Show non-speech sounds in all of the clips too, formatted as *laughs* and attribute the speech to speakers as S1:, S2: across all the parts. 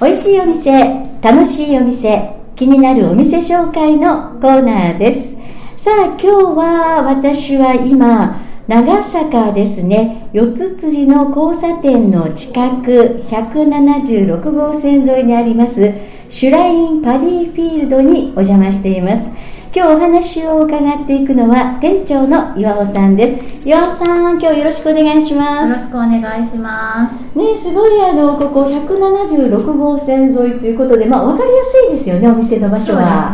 S1: 美味しいお店楽しいお店気になるお店紹介のコーナーですさあ今日は私は今長坂ですね四つ辻の交差点の近く176号線沿いにありますシュラインパディフィールドにお邪魔しています今日お話を伺っていくのは店長の岩尾さんです岩尾さん今日よろしくお願いしま
S2: よろ
S1: す
S2: しくお願いします。
S1: ねすごいあのここ176号線沿いということでまあ分かりやすいですよねお店の場所
S2: そうですね。
S1: は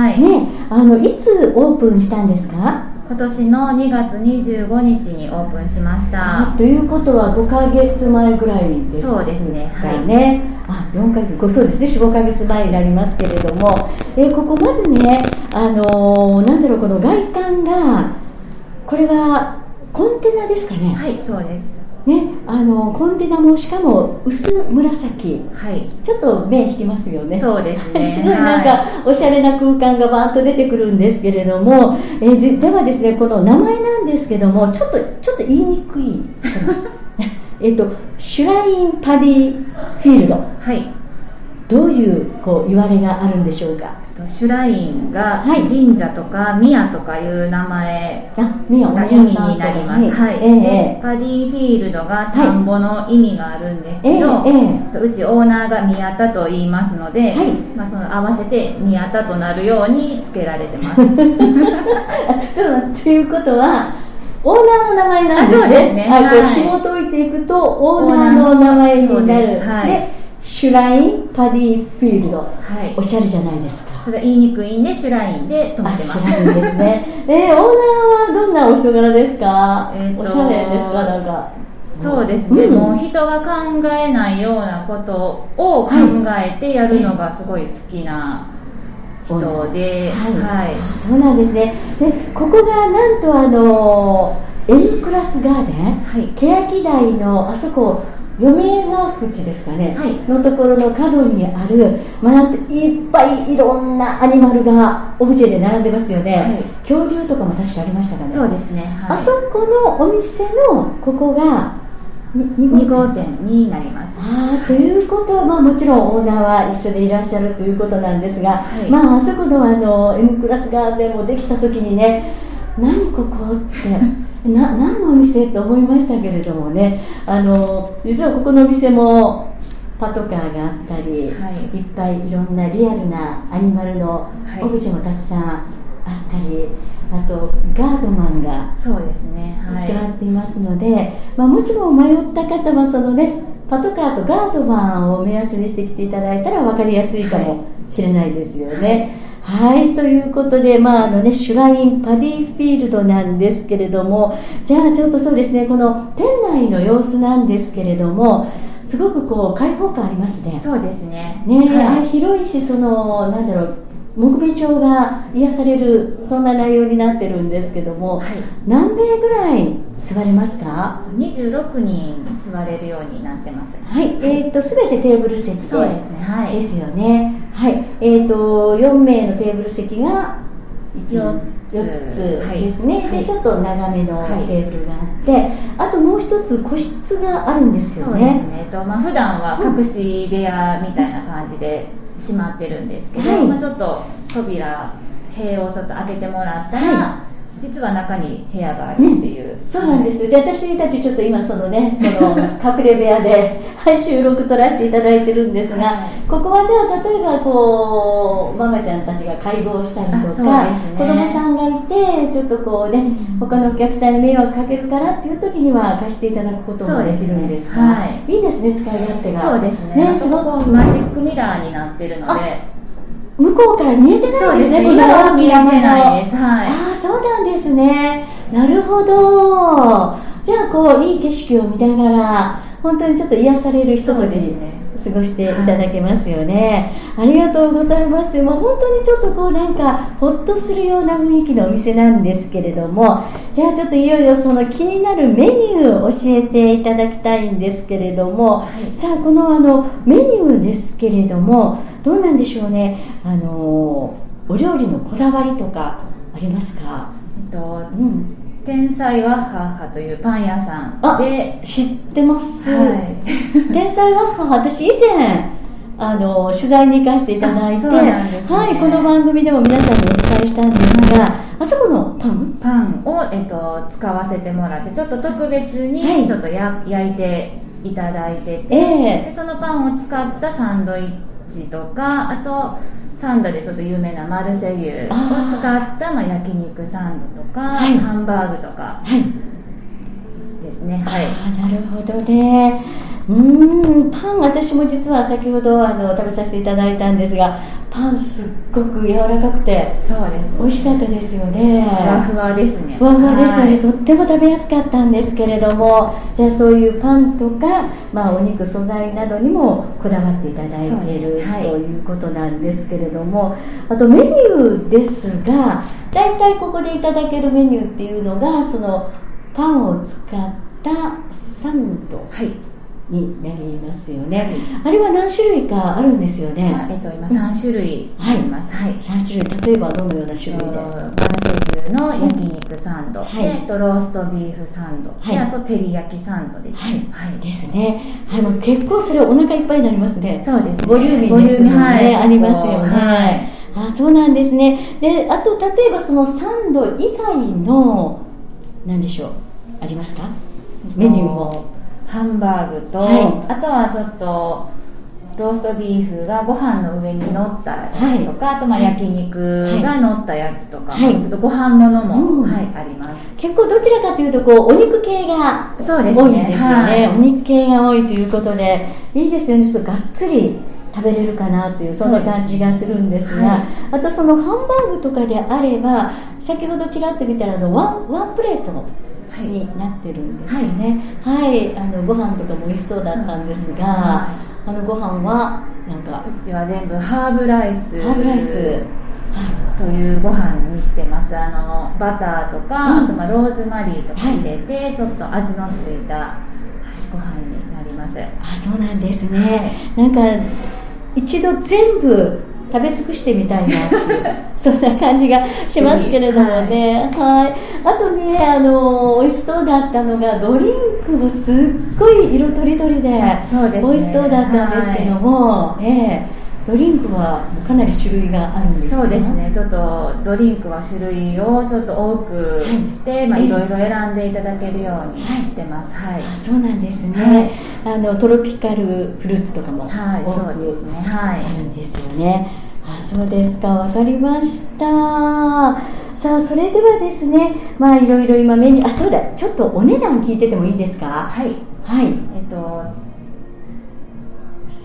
S2: はい。
S1: ねあのいつオープンしたんですか
S2: 今年の2月25日にオープンしました。
S1: ということは5か月前ぐらいですか
S2: そうですねはい
S1: ねあ4ヶ月ごそうですね45か月前になりますけれどもえここまずねあのなんだろうこの外観がこれはコンテナですかね,、
S2: はい、そうです。
S1: ねあのコンテナもしかも薄紫
S2: はい。
S1: ちょっと目引きますよね
S2: そうです
S1: はい
S2: ね。
S1: *laughs* すごいなん
S2: は
S1: かおしゃれな空間がバーッと出てくるんですけれども、えーじではですねこの名前なんですけどもちょっとちょっと言いにくい *laughs* えっとシュラインパディフィールド
S2: い。はい。
S1: どういうこう言われがあるんでしょうか
S2: とシュラインが
S1: はい
S2: 神社とか宮とかいう名前
S1: あミヤお
S2: が
S1: 宮
S2: 意味
S1: さん
S2: になります。
S1: とか
S2: はい。
S1: え
S2: で
S1: え、
S2: パディフィールドが田んぼの意味があるんです
S1: えええ
S2: けど、
S1: え
S2: うちオーナーが宮田と言いますので、
S1: はい
S2: まあ、その合わせて宮田となるように付けられ
S1: *laughs*
S2: てます
S1: あちょっと待ってということはオーナーの名前なんですね
S2: あそうですね
S1: あこう
S2: はい
S1: 紐解いていくとオーナーの名前になる
S2: そうですはい
S1: でシュラインパディフィールド
S2: はい
S1: おしゃれじゃないですか。
S2: ただ言いにくいんでシュラインで止め
S1: あ、
S2: てま
S1: 知
S2: す
S1: らないですね。えー、オーナーはどんなお人柄ですか。
S2: えーと
S1: おしゃれですか、なんか。
S2: そうですね、
S1: うん
S2: もう人が考えないようなことを考えてやるのがすごい好きな人で、はい
S1: あそうなんですね。で、ここがなんとあのー、エクラスガーデン。
S2: はい
S1: 欅台のあそこ。余命が口ですかね、
S2: はい
S1: のところの角にある、まあ、なんていっぱいいろんなアニマルがオブジェで並んでますよね、
S2: はい
S1: 恐竜とかも確かありましたかね
S2: そうですね、
S1: あ
S2: は
S1: そこのお店のここが
S2: い、
S1: 2
S2: 2号店になります
S1: ああということは、まあ、もちろんオーナーは一緒でいらっしゃるということなんですが、
S2: はい
S1: まああそこのあの M クラスガーデンもできた時にね何ここって *laughs* な何のお店と思いましたけれどもねあの実はここのお店もパトカーがあったり、
S2: はい
S1: いっぱいいろんなリアルなアニマルの
S2: はい
S1: オブジェもたくさんあったり、あとガードマンが
S2: そうですねはい
S1: 座っていますので、まあ、もしも迷った方はその、ね、パトカーとガードマンを目安にしてきていただいたら分かりやすいかもしれないですよね。はい、ということで、まああのね、シュラインパディフィールドなんですけれどもじゃあちょっとそうですねこの店内の様子なんですけれどもすごくこう開放感ありますね。
S2: そうですね
S1: ね
S2: はい
S1: あ広いしそのなんだろう木目調が癒されるそんな内容になってるんですけども、
S2: はい
S1: 何名ぐらい座れますか
S2: 26人座れるようになってます
S1: はい、えっ、と、すべてテーブル席
S2: そうですねは
S1: で
S2: い
S1: すよね。はい、えっ、と、4名のテーブル席が一応
S2: 四つ
S1: 4つ
S2: はい
S1: ですね、
S2: は
S1: で、
S2: い
S1: ちょっと長めの
S2: はい
S1: テーブルがあって、あともう一つ個室があるんですよ
S2: そうです
S1: ね。
S2: ね、えっとまあ普段は隠し部屋みたいな感じで閉まってるんですけど、
S1: はい
S2: まあ、ちょっと扉塀をちょっと開けてもらったら、
S1: は
S2: 実は中に部屋があるっていう、
S1: そうなんです。で、私たちちょっと今そのね、この隠れ部屋で、はい、収録撮らせていただいてるんですが、
S2: はい
S1: ここはじゃあ例えばこうママちゃんたちが会合したりと
S2: あ
S1: か、
S2: そうですね
S1: 子供さんがいてちょっとこうね他のお客さんに迷惑かけるからっていう時には貸していただくこともできるんですが
S2: そうですね
S1: い、いですね使い勝手が
S2: そうですね
S1: ねす
S2: そ
S1: ご
S2: こ
S1: く
S2: マジックミラーになってるので
S1: 向こうから見えてないんですねこの
S2: 今は
S1: 大
S2: 見
S1: き
S2: え
S1: な
S2: て
S1: 窓
S2: ないですは
S1: ああそうなんですねなるほどじゃあこういい景色を見ながら本当にちょっと癒されるひとと
S2: そうで
S1: き
S2: すね
S1: 過ごしていただけますよね、ありがとうございますでも本当にちょっとこうなんかほっとするような雰囲気のお店なんですけれどもじゃあちょっといよいよその気になるメニューを教えていただきたいんですけれども、
S2: はい
S1: さあこのあのメニューですけれどもどうなんでしょうねあのお料理のこだわりとかありますか、
S2: い、えっと
S1: うん、
S2: 天才ワッハッハというパン屋さんで
S1: 知ってます、
S2: はい
S1: 天才ワッハン私以前あの取材に行かせていただいて、
S2: あそうなんですね
S1: はい、この番組でも皆さんにお伝えしたんですが、あそこのパン
S2: パンを、えっと、使わせてもらってちょっと特別
S1: はい
S2: にちょっとや、焼いていただいてて、
S1: ええ
S2: でそのパンを使ったサンドイッチとかあとサンドでちょっと有名なマルセイユを
S1: あー
S2: 使ったまあ、焼肉サンドとか、
S1: はい
S2: ハンバーグとか
S1: はい、
S2: ですね
S1: あ
S2: はい
S1: ーなるほどねうーんパン私も実は先ほどあの食べさせていただいたんですがパンすっごく柔らかくて
S2: そうです
S1: 美味しかったですよね
S2: ふわふわですね
S1: ふわふわですよね、
S2: はい
S1: とっても食べやすかったんですけれどもじゃあそういうパンとか、まあ、お肉素材などにもこだわっていただい
S2: そう
S1: ている、
S2: ですはい
S1: ということなんですけれどもあとメニューですが大体ここでいただけるメニューっていうのがそのパンを使ったサンド
S2: はい
S1: になりますよね、あれは何種類かあるんですよね、
S2: まあえっと、今3種類あります、はい
S1: 3種類例えばどのような
S2: え
S1: 種
S2: っ
S1: 類
S2: と
S1: で、
S2: マルセイユの焼肉サンド、
S1: うん
S2: で
S1: はい
S2: えっとローストビーフサンド、
S1: はい
S2: であと照り焼きサンドです、
S1: はい
S2: はい
S1: ですね、はい、もう結構それお腹いっぱいになりますね
S2: そうですね
S1: ボリューミーですもんね、
S2: はい
S1: ありますよね、
S2: はい
S1: あそうなんですねであと例えばそのサンド以外の何でしょうありますかメニューも
S2: ハンバーグと、
S1: はい
S2: あとはちょっとローストビーフがご飯の上に乗ったやつとか、あとまあ焼肉が乗ったやつとか、
S1: はい
S2: ちょっとご飯ものも、
S1: うん
S2: はい、あります
S1: 結構どちらかというとこうお肉系が
S2: そう
S1: 多い
S2: で
S1: んです
S2: す
S1: よ
S2: ね
S1: ね
S2: は
S1: お
S2: い
S1: 肉系が多いということでいいですよねちょっとがっつり食べれるかなというそんな感じがするんですが、
S2: はい
S1: あとそのハンバーグとかであれば先ほどちらっと見たらあのワンワンプレートの
S2: はい
S1: になってるんですよね。はい、あのご飯とかも美味しそうだったんですが、
S2: は
S1: あのご飯はなんか
S2: いうちは全部ハーブライス
S1: ハーブライス、は
S2: というご飯にしてますあのバターとか、
S1: うん
S2: あとまあローズマリーとか
S1: はい
S2: 入れて、ちょっと味のついたはいご飯になります
S1: い、あそうなんですね。なんか一度全部食べ尽くしてみたい
S2: *laughs*
S1: なっていうそんな感じがしますけれどもね。はい、あとねあの美味しそうだったのがドリンクもすっごい色とりどりで。
S2: そうですね
S1: 美味しそうだったんですけども、ええドリンクはもうかなり種類があるんですか
S2: そうですねちょっとドリンクは種類をちょっと多くして、
S1: はい
S2: いまあ、
S1: うん
S2: いろいろ選んでいただけるようにしてますはい、は
S1: あ
S2: い
S1: そうなんですね、あのトロピカルフルーツとかも多
S2: そうで
S1: く
S2: すねは
S1: ある
S2: い
S1: んですよね、あそうですかわかりましたさあそれではですねまあいろいろ今メニューあそうだちょっとお値段聞いててもいいですか
S2: はい
S1: はい
S2: えっと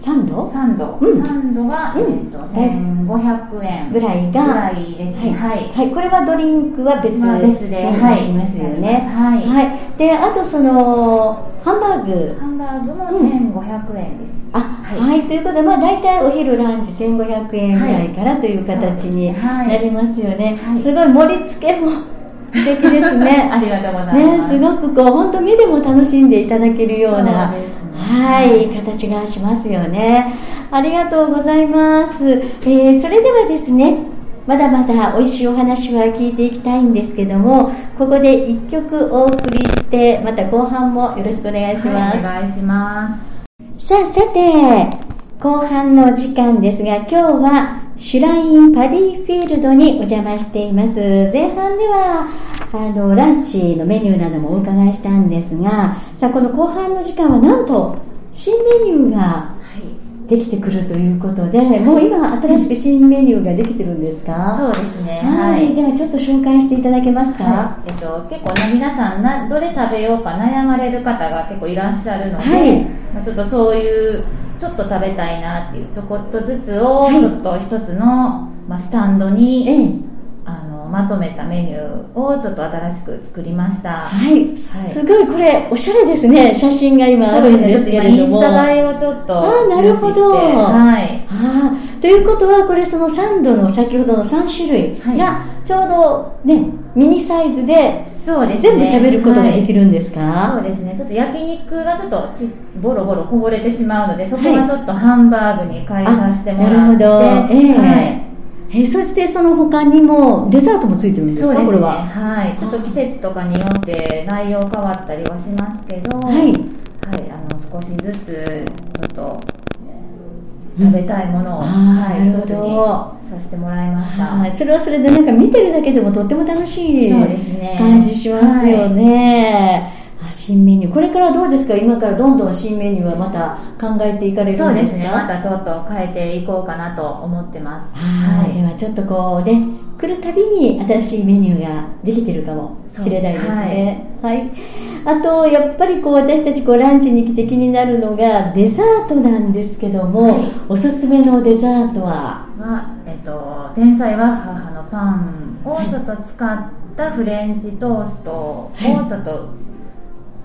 S1: サンド
S2: サンド、
S1: うん
S2: サンドが、
S1: うん
S2: えっと、1500円
S1: ぐらいが
S2: ぐらいですねはい、
S1: はい、これはドリンクは別,、
S2: まあ別で
S1: に
S2: は
S1: ないりますよね、
S2: はい
S1: はい、であとそのハンバーグ
S2: ハンバーグも
S1: うん
S2: 1500円です、
S1: あは、
S2: はいい
S1: ということで、まあ、大体お昼ランチ1500円ぐらいからという形に
S2: はい
S1: なりますよね、
S2: はい
S1: すごい盛り付けも素敵です
S2: *laughs*
S1: ね
S2: ありがとうござい
S1: ね
S2: ます。
S1: すごくこう本当目でも楽しんでいただけるような
S2: そうですね
S1: はい形がしますよねありがとうございます、えーそれではですねまだまだ美味しいお話は聞いていきたいんですけどもここで1曲お送りしてまた後半もよろしくお願いします、
S2: はい、お願いします。
S1: さあさて後半のお時間ですが今日はシュラインパディフィールドにお邪魔しています前半ではあのランチのメニューなどもお伺いしたんですがさあこの後半の時間はなんと新メニューが
S2: はい。
S1: できてくるということでもう今新しく新メニューができてるんですか
S2: そうですね。
S1: はい、ではちょっと紹介していただけますか、
S2: はいえっと、結構ね皆さんなどれ食べようか悩まれる方が結構いらっしゃるので、
S1: はい
S2: まあちょっとそういうちょっと食べたいなっていうちょこっとずつを
S1: はい
S2: ちょっと一つの、まあ、スタンド
S1: え
S2: に
S1: え
S2: あのまとめたメニューをちょっと新しく作りました、
S1: はい、すごいこれおしゃれですね写真が今あ
S2: そう
S1: るん
S2: で
S1: で
S2: すねちょっ
S1: す
S2: と
S1: け
S2: 今
S1: れ
S2: イ
S1: ど
S2: ン
S1: も
S2: スタ映えをちょっと
S1: あーな
S2: 重
S1: る
S2: 視して
S1: ほど
S2: はい
S1: ああということはこれそのサンドの先ほどの3種
S2: は
S1: 類
S2: い
S1: がちょうどねミニサイズで
S2: そうですね
S1: 全部食べることができ
S2: る、
S1: るんですか、
S2: はいそうですねちょっと焼肉がちょっとちボロボロこぼれてしまうのでそこ
S1: は
S2: はいちょっとハンバーグに変えさせてもらって、
S1: あなるほどええ
S2: はい
S1: えそしてその他にもデザートもついてるんです
S2: そう
S1: か
S2: です
S1: こ
S2: ね
S1: れは
S2: はいちょっと季節とかによって内容変わったりはしますけど
S1: はい
S2: はいあの少しずつちょっと食べたいものを、
S1: うん
S2: は
S1: あー
S2: い、一
S1: なる
S2: つに
S1: ほ
S2: させてもらいました、
S1: はい、それはそれでなんか見てるだけでもとっても楽しい
S2: そうですね
S1: 感じしますよね。あ新メニューこれからどうですか今からどんどん新メニューはまた考えていかれるんですか
S2: そうですねまたちょっと変えていこうかなと思ってます
S1: は、
S2: はいい
S1: ではちょっとこうね来るたびに新しいメニューができてるかもしれないですねはい、あとやっぱりこう私たちこうランチに来て気になるのがデザートなんですけども、
S2: はい
S1: おすすめのデザートは
S2: は、えっと、天才ワッハッハのパンをちょっと使ったフレンチトーストを
S1: はい
S2: ちょっと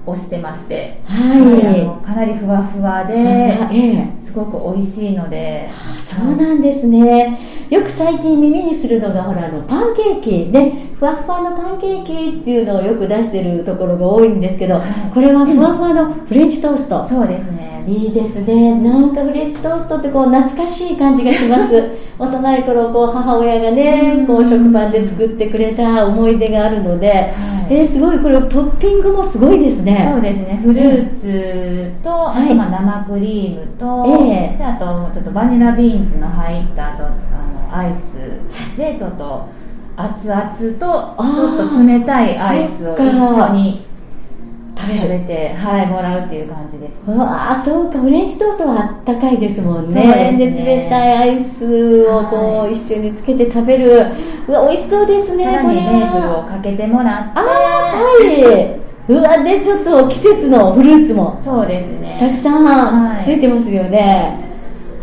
S2: 押してまして、
S1: はい
S2: あのかなりふわふわ
S1: それは
S2: で
S1: ええ
S2: すごく美味しいので
S1: あそうなんですねよく最近耳にするのがほらあのパンケーキねふわっふわのパンケーキっていうのをよく出してるところが多いんですけど
S2: はい
S1: これはふわふわのフレンチトースト、
S2: そうですね
S1: いいですねなんかフレンチトーストってこう懐かしい感じがします *laughs* 幼い頃こう母親がねこう食パンで作ってくれた思い出があるので、
S2: はい
S1: えーすごいこれトッピングもすごいです
S2: そう
S1: ね
S2: ですねフルーツと、
S1: はい
S2: あとまあ生クリームと、
S1: ええ
S2: であとちょっとバニラビーンズの入ったちょあのアイスでちょっと熱々
S1: あー
S2: とちょっと冷たいアイス
S1: そ
S2: を
S1: っか
S2: 一緒に
S1: 食べ
S2: 食
S1: る
S2: べて、はい、もらうっていう感じです
S1: うわあそうかフレンチトーストはあったかいですもん
S2: そう
S1: ね
S2: ですね
S1: 冷たいアイスをこ
S2: は
S1: う
S2: い
S1: 一緒につけて食べる、うわ美味しそうですね
S2: さらに
S1: これは
S2: メープルをかけてもら
S1: あー
S2: っ
S1: はいうわでちょっと季節のフルーツも
S2: てそうです
S1: たく
S2: ね
S1: さ
S2: は
S1: ん
S2: い
S1: ついてますよね、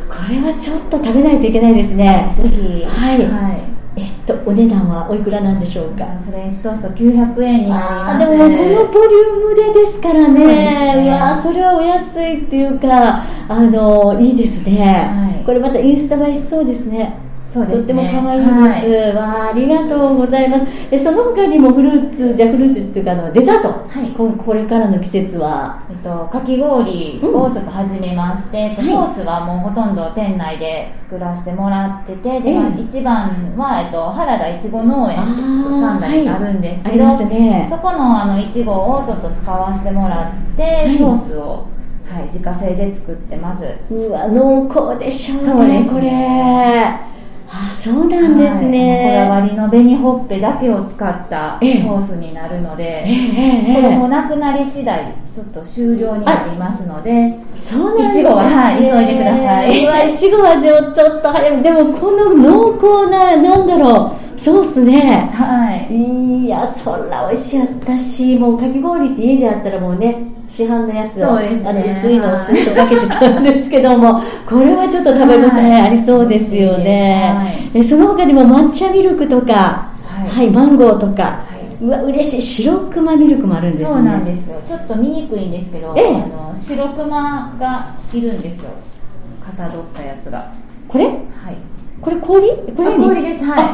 S1: これはちょっと食べないといけないですね
S2: ぜひ
S1: はい
S2: はい
S1: えっとお値段はおいくらなんでしょうか
S2: フレンチトースト900円に
S1: あ
S2: な
S1: ー
S2: り
S1: で
S2: ます
S1: もこのボリュームでですからね
S2: そうですね
S1: うわーそれはお安いっていうかあのいいですね、
S2: はい
S1: これまたインスタ映えしそうですね
S2: そうですね
S1: とっても可愛いです、
S2: は
S1: わあありがとうございますでその他にもフルーツじゃあフルーツっていうかあのデザート、
S2: はい
S1: ここれからの季節は
S2: えっと、かき氷をちょっと始めまして、えっと
S1: はい
S2: ソースはもうほとんど店内で作らせてもらってて、で
S1: ええ
S2: まあ、一番は、えっと、原田いちご農園ってちょっと
S1: あー
S2: 3台になるんです
S1: あ
S2: け
S1: り
S2: ど、
S1: ますね
S2: そこのあのいちごをちょっと使わせてもらって、
S1: い
S2: ソースを、はい、自家製で作ってます
S1: うわ濃厚でしょうね
S2: そうですね
S1: これあそうなんですね、
S2: はいこだわりの紅ほっぺだけを使ったソ
S1: ええ
S2: ースになるので、
S1: ええええ
S2: これもなくなり次第ちょっと終了になりますので
S1: そうなんです
S2: いちごははい急いでくださいう
S1: わいちごはじゃあちょっと早めでもこの濃厚ななんだろうソースね
S2: はい
S1: いやそら美味しかったしもうかき氷って家であったらもうね市販のやつを、
S2: そうですね
S1: あの薄いのをスッとかけてたんですけど
S2: *laughs*
S1: もこれはちょっと食べ応えありそうですよ
S2: はい
S1: ね、でその他にも抹茶ミルクとか、
S2: はい
S1: はい、マンゴーとか
S2: は
S1: うわ嬉しい白熊ミルクもあるん
S2: い、
S1: ですね
S2: そうなんですよちょっと見にくいんですけど、
S1: ええ
S2: あの白クマがいるんですよかたどったやつが
S1: これ
S2: はい
S1: これ氷これ何
S2: 氷です
S1: あ
S2: はい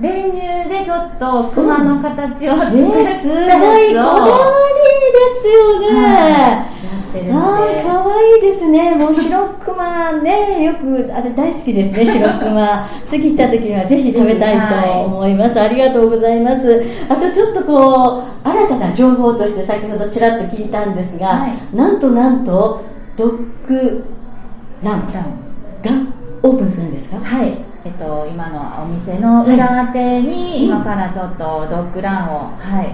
S2: 練乳でちょっとクマの形を作って、
S1: ねすごいこだわりですよね、
S2: やってるの
S1: あ
S2: で
S1: あ可愛いですねもう白クマね
S2: *laughs*
S1: よく私大好きですね白クマ次行った時にはぜひ食べたいと思います、ありがとうございますあとちょっとこう新たな情報として先ほどちらっと聞いたんですが、
S2: はい
S1: なんとなんとドッグランがオープンするんですか
S2: はい、えっと、今のお店の裏手に今からちょっとドッグランを、はい、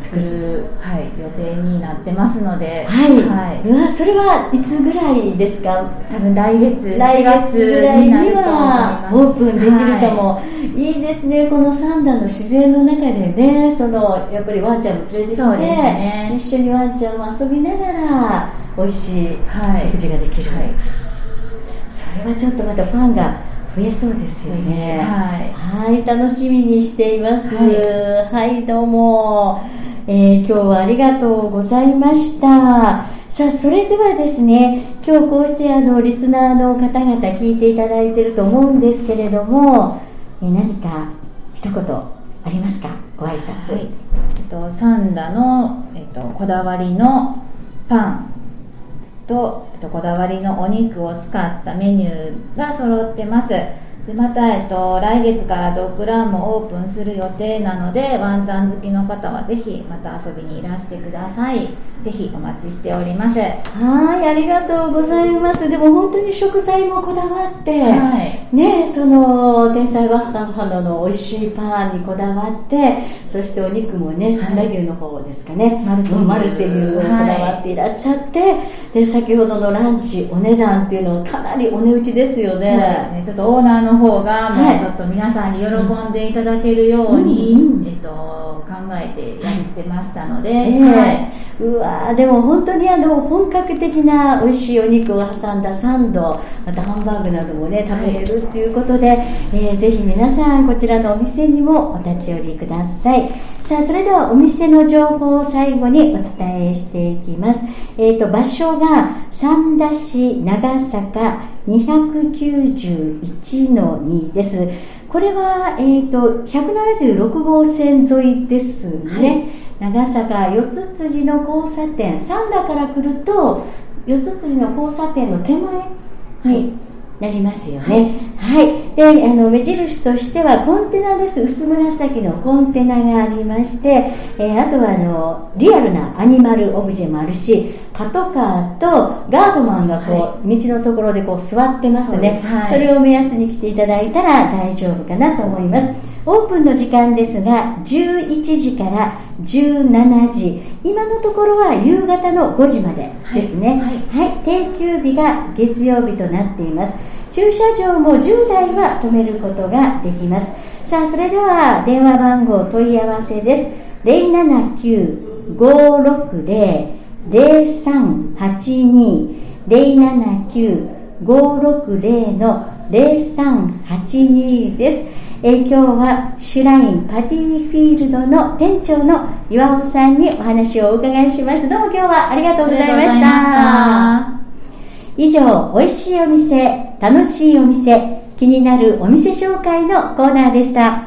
S2: 作る、はい、予定になってますので、
S1: はい、うわそれはいつぐらいですか
S2: 多分来月
S1: 来
S2: 7
S1: 月
S2: 月
S1: ぐらい
S2: に
S1: に
S2: なると思い
S1: は
S2: ます
S1: オープンできるかも、い、いですねこの三段の自然の中でねそのやっぱりワンちゃんも連れてきて、
S2: そうですね
S1: 一緒にワンちゃんも遊びながら美味しい
S2: はい
S1: 食事ができる、
S2: はい
S1: それはちょっとまたファンが増えそうですよね
S2: は
S1: は
S2: い
S1: い楽しみにしています
S2: は
S1: はい、どうも、えー今日はありがとうございましたさあそれではですね今日こうしてあのリスナーの方々聞いていただいてると思うんですけれども、えー何か一言ありますかご挨拶
S2: はいえっと、サンダの、えっと、こだわりのパンと、えっと、こだわりのお肉を使ったメニューが揃ってますでまた、えっと、来月からドッグランもオープンする予定なのでワンちゃん好きの方はぜひまた遊びにいらしてくださいぜひお待ちしておりますは
S1: はいありがとうございますでも本当に食材もこだわって、
S2: い
S1: ねその天才ワッハンハノの美味しいパンにこだわってそしてお肉もね三田牛の方ですかね、
S2: マルセ牛
S1: マルセ牛をこだわっていらっしゃって、で先ほどのランチお値段っていうのはかなりお値打ちですよ
S2: そう
S1: ね
S2: ですねちょっとオーナーの方が
S1: は
S2: も
S1: いう
S2: ちょっと皆さんに喜んでいただけるように、
S1: うんうん
S2: えっと、考えてやってましたので、
S1: ええ
S2: はい、
S1: うわーでも本当にあの本格的な美味しいお肉を挟んだサンドまたハンバーグなどもね食べれるっていうことで、えーぜひ皆さんこちらのお店にもお立ち寄りくださいさあそれではお店の情報を最後にお伝えしていきます、えー、と場所が三田市長坂291の2ですこれは、えー、と176号線沿いですね、長坂四つ辻の交差点三田から来ると四つ辻の交差点の手前になりますよねはい、であの目印としてはコンテナです薄紫のコンテナがありまして、えーあとはあのリアルなアニマルオブジェもあるしパトカーとガードマンがこう、道のところでこう座ってます
S2: そう
S1: ね
S2: ですはい
S1: それを目安に来ていただいたら大丈夫かなと思いますオープンの時間ですが11時から17時今のところは夕方の5時までですね
S2: はい
S1: はい、定休日が月曜日となっています駐車場も10台は止めることができますさあそれでは電話番号問い合わせです079-560-0382 079-560-0382です、えー今日はシュラインパティフィールドの店長の岩尾さんにお話をお伺いしましたどうも今日はありがとうございました以上美味しいお店楽しいお店気になるお店紹介のコーナーでした